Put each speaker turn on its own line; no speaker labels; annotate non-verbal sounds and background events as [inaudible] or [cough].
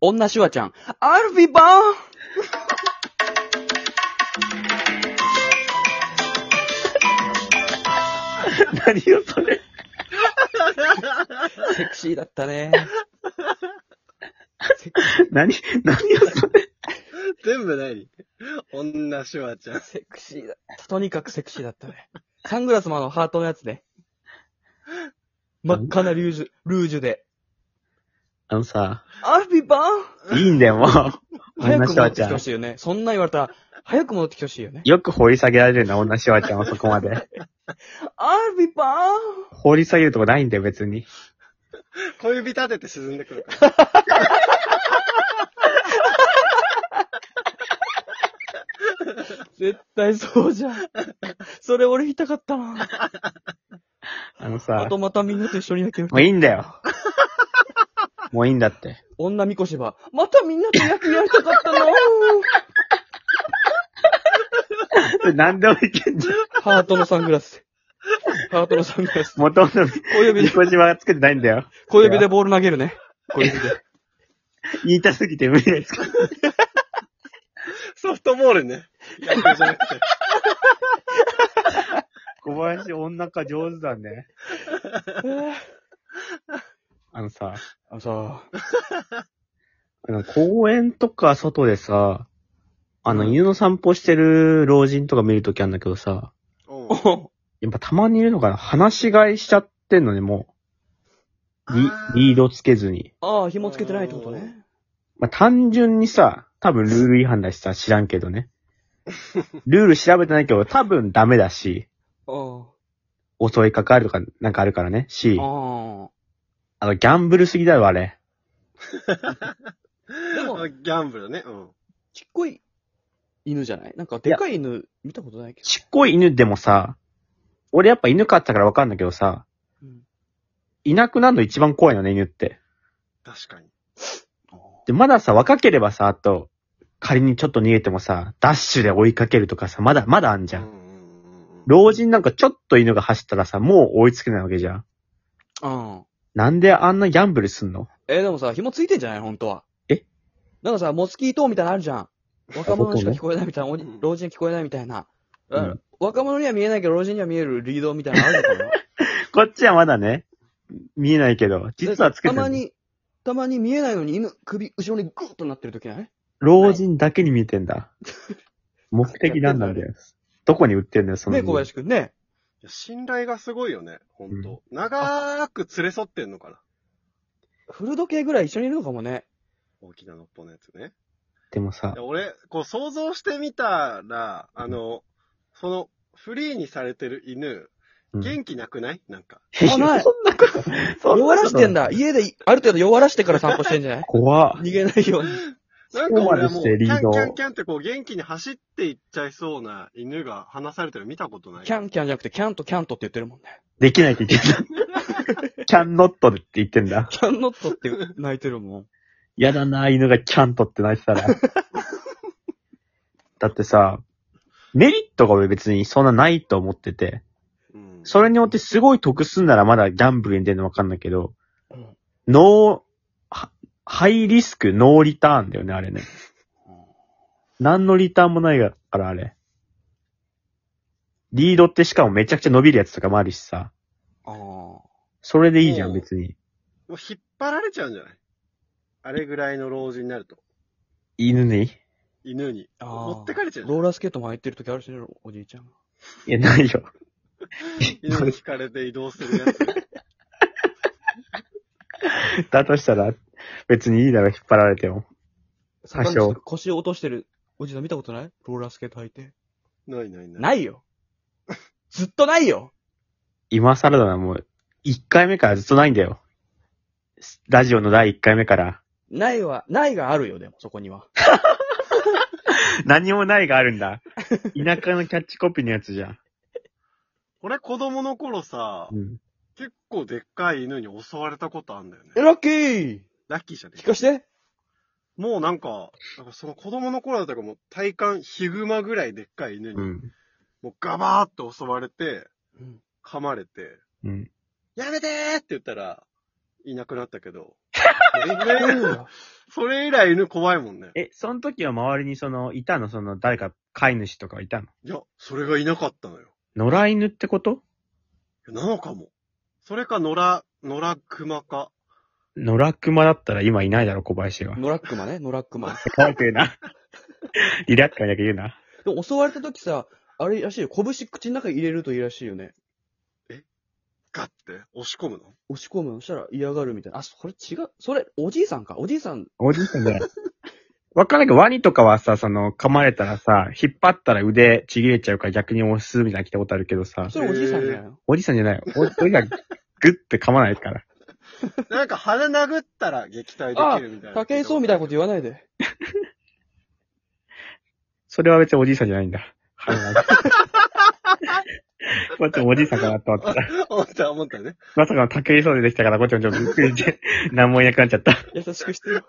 女シュワちゃん、アルビバーン
[laughs] 何よ、それ。
セクシーだったね。
何、何よ、それ。
全部何女シュワちゃん。
セクシーだった。とにかくセクシーだったね。サングラスもあの、ハートのやつね。真っ赤なルージュ、ルージュで。
あのさ、
アルビバーン
いいんだよ、もう。
[laughs] 早
女
く戻っ
シュワ
て
ち
き
ゃ
て
ん
ほ。しいよね。そんな言われたら、早く戻ってきてほしいよね。
よく掘り下げられるな、女シュワちゃんはそこまで。
アルビバーン
掘り下げるとこないんだよ、別に。
小指立てて沈んでくるから。
絶対そうじゃん。それ俺言いたかったな。
あの
あ
さ
と、またみんなと一緒にだけど
もういいん
[laughs]
だよ。もういいんだって。
女みこしば、またみんなと野球やりたかった [laughs] な。
それ何でもいけんじゃん。
ハートのサングラス。ハートのサングラス。
もともと、
小指
み
で、
こじはつけてないんだよ。
小指でボール投げるね。小指で。
言いたすぎて無理ですか。
ソフトボールね。野球じゃな
[laughs]
くて。
小林、女か上手だね。あのさ、
あのさ、
あの公園とか外でさ、あの、犬の散歩してる老人とか見るときあるんだけどさ、
おう
お
やっぱたまにいるのかな話し飼いしちゃってんのね、もう。リ
あー
リードつけずに。
[laughs] ああ、紐つけてないってことね。
まあ、単純にさ、多分ルール違反だしさ、知らんけ
[laughs]
どね。ルール調べてないけど、多分ダメだし、
あ
襲いかかるとか、なんかあるからね。し
あ。、あ
あの、ギャンブルすぎだよ、あれ。
で
も
ギャンブルね。うん。
ちっこい犬じゃないなんかでかい犬見たことないけど。
ちっこい犬でもさ、俺やっぱ犬飼ったからわかんだけどさ、
うん
いなくなるの一番怖いのね、犬って。
確かに。
で、まださ、若ければさ、あと、仮にちょっと逃げてもさ、ダッシュで追いかけるとかさ、まだ、まだあんじゃ
うん
ん。
うんうんうん
老人なんかちょっと犬が走ったらさ、もう追いつけないわけじゃん。
ああ。
なんであんなギャンブルすんの
えー、でもさ、紐ついてんじゃないの本当は。
え
なんかさ、モスキートみたいなのあるじゃん。若者にしか聞こえないみたいな、お
う
に
ん
老人に聞こえないみたいな。
うん
うん若者には見えないけど、老人には見えるリードみたいなのある
[laughs]
のかな
こっちはまだね、見えないけど、実はつけて
たま
る。
に、たまに見えないのに犬、首、後ろにグッとなってる時ない
老人だけに見えてんだ。目的なんなんだよ。どこに売ってんだよ、その
ね、
犬。
小林くんね。
いや信頼がすごいよね。ほんと。長ーく連れ添ってんのかな。
古時計ぐらい一緒にいるのかもね。
大きなのっぽのやつね。
でもさ
いや、俺、こう想像してみたら、あの、その、フリーにされてる犬、
うん
元気なくないなんか。
[laughs] あない
そんなこと、そんなこと
弱らしてん。 [laughs] だ。家でい、ある程度弱らしてから散歩してんじゃない
怖っ
[laughs] 逃げないように。
なんか俺はもう、キ
そこまでしてリ
ャ
ー
ン
ドを
キャンキャンってこう元気に走っていっちゃいそうな犬が話されてるの見たことない。
[laughs] キャンキャンじゃなくて、キャンとキャンとって言ってるもんね。
できないって言ってんだ。キ [laughs] ャンノットって言ってんだ。
キャンノットって泣いてるもん。
嫌だな、犬がキャントって泣
[laughs]
いてたら。だってさ、メリットが俺別にそんなないと思ってて、
うん
それによってすごい得すんならまだギャンブルに出るのわかんないけど、
うん
ノー、はハイリスク、ノーリターンだよね、あれね。何のリターンもないから、あれ。リードってしかもめちゃくちゃ伸びるやつとかもあるしさ。
[laughs] ああ。
それでいいじゃ、
うんん
別に。
もう引っ張られちゃうんじゃないあれぐらいの老人になると。
犬に
犬に。
あー
持ってかれちゃうじゃ
ロー
ん。
ラースケート巻いてる時あるしね、おじいちゃん。
いや、ないよ。 [laughs]
犬に引かれて移動するやつ。
だとしたら、別にいいだろ、引っ張られても。多少
坂道とか腰を落としてるおじさん見たことないローラースケート履いて。
ないないない。
ないよ。 [laughs] ずっとないよ。
今更だな、もう。1回目からずっとないんだよ。ラジオの第1回目から。
ないは、ないがあるよ、でも、そこには。
何もないがあるんだ。田舎のキャッチコピーのやつじゃん。
俺子供の頃さ、
うん。
結構でっかい犬に襲われたことあんだよね
え、。ラッキー
ラッキーじゃねえ
聞か [laughs] して。
もうなんか、なんかその子供の頃だったからもう体感ヒグマぐらいでっかい犬に、
うん。
もうガバーって襲われて、
うん
噛まれて、
うん。
[laughs]
やめてーって言ったら、いなくなったけど、
え
全然、それ以来犬怖いもんね。
え、その時は周りにその、いたのその、誰か、飼い主とかいたの
いや、それがいなかったのよ。
野良犬ってこと
なのかも。それか野良、野良熊か。
野良熊だったら今いないだろ、小林が。
ノラックマね、ノラックマ。
怖く言うな。 [laughs] リラックマだけ言うな。
でも襲われた時さ、あれらしいよ。拳口の中に入れるといいらしいよね。
ガッて押し込むの
[laughs] 押し込むのしたら嫌がるみたいな。あ、それ違う。それ、おじいさんか。おじいさん。
おじいさんだよ。 [laughs] わかんないけど、ワニとかはさ、その、噛まれたらさ、引っ張ったら腕ちぎれちゃうから逆に押すみたいなの聞いたことあるけどさ、
それおじいさんじゃないの
おじさんじゃないよ。おおじさん、グッて噛まないから。
なんか鼻殴ったら撃退できるみたいな。
竹井壮みたいなこと言わないで。
それは別におじいさんじゃないんだ。はい。 [laughs] こっちもおじいさんかなと思ったら。
[laughs] 思った、思ったね。
まさかの [laughs] 竹井壮でできたから、こっちもちょっとびっくりして、なんもいなくなっちゃった。
優しくしてよ。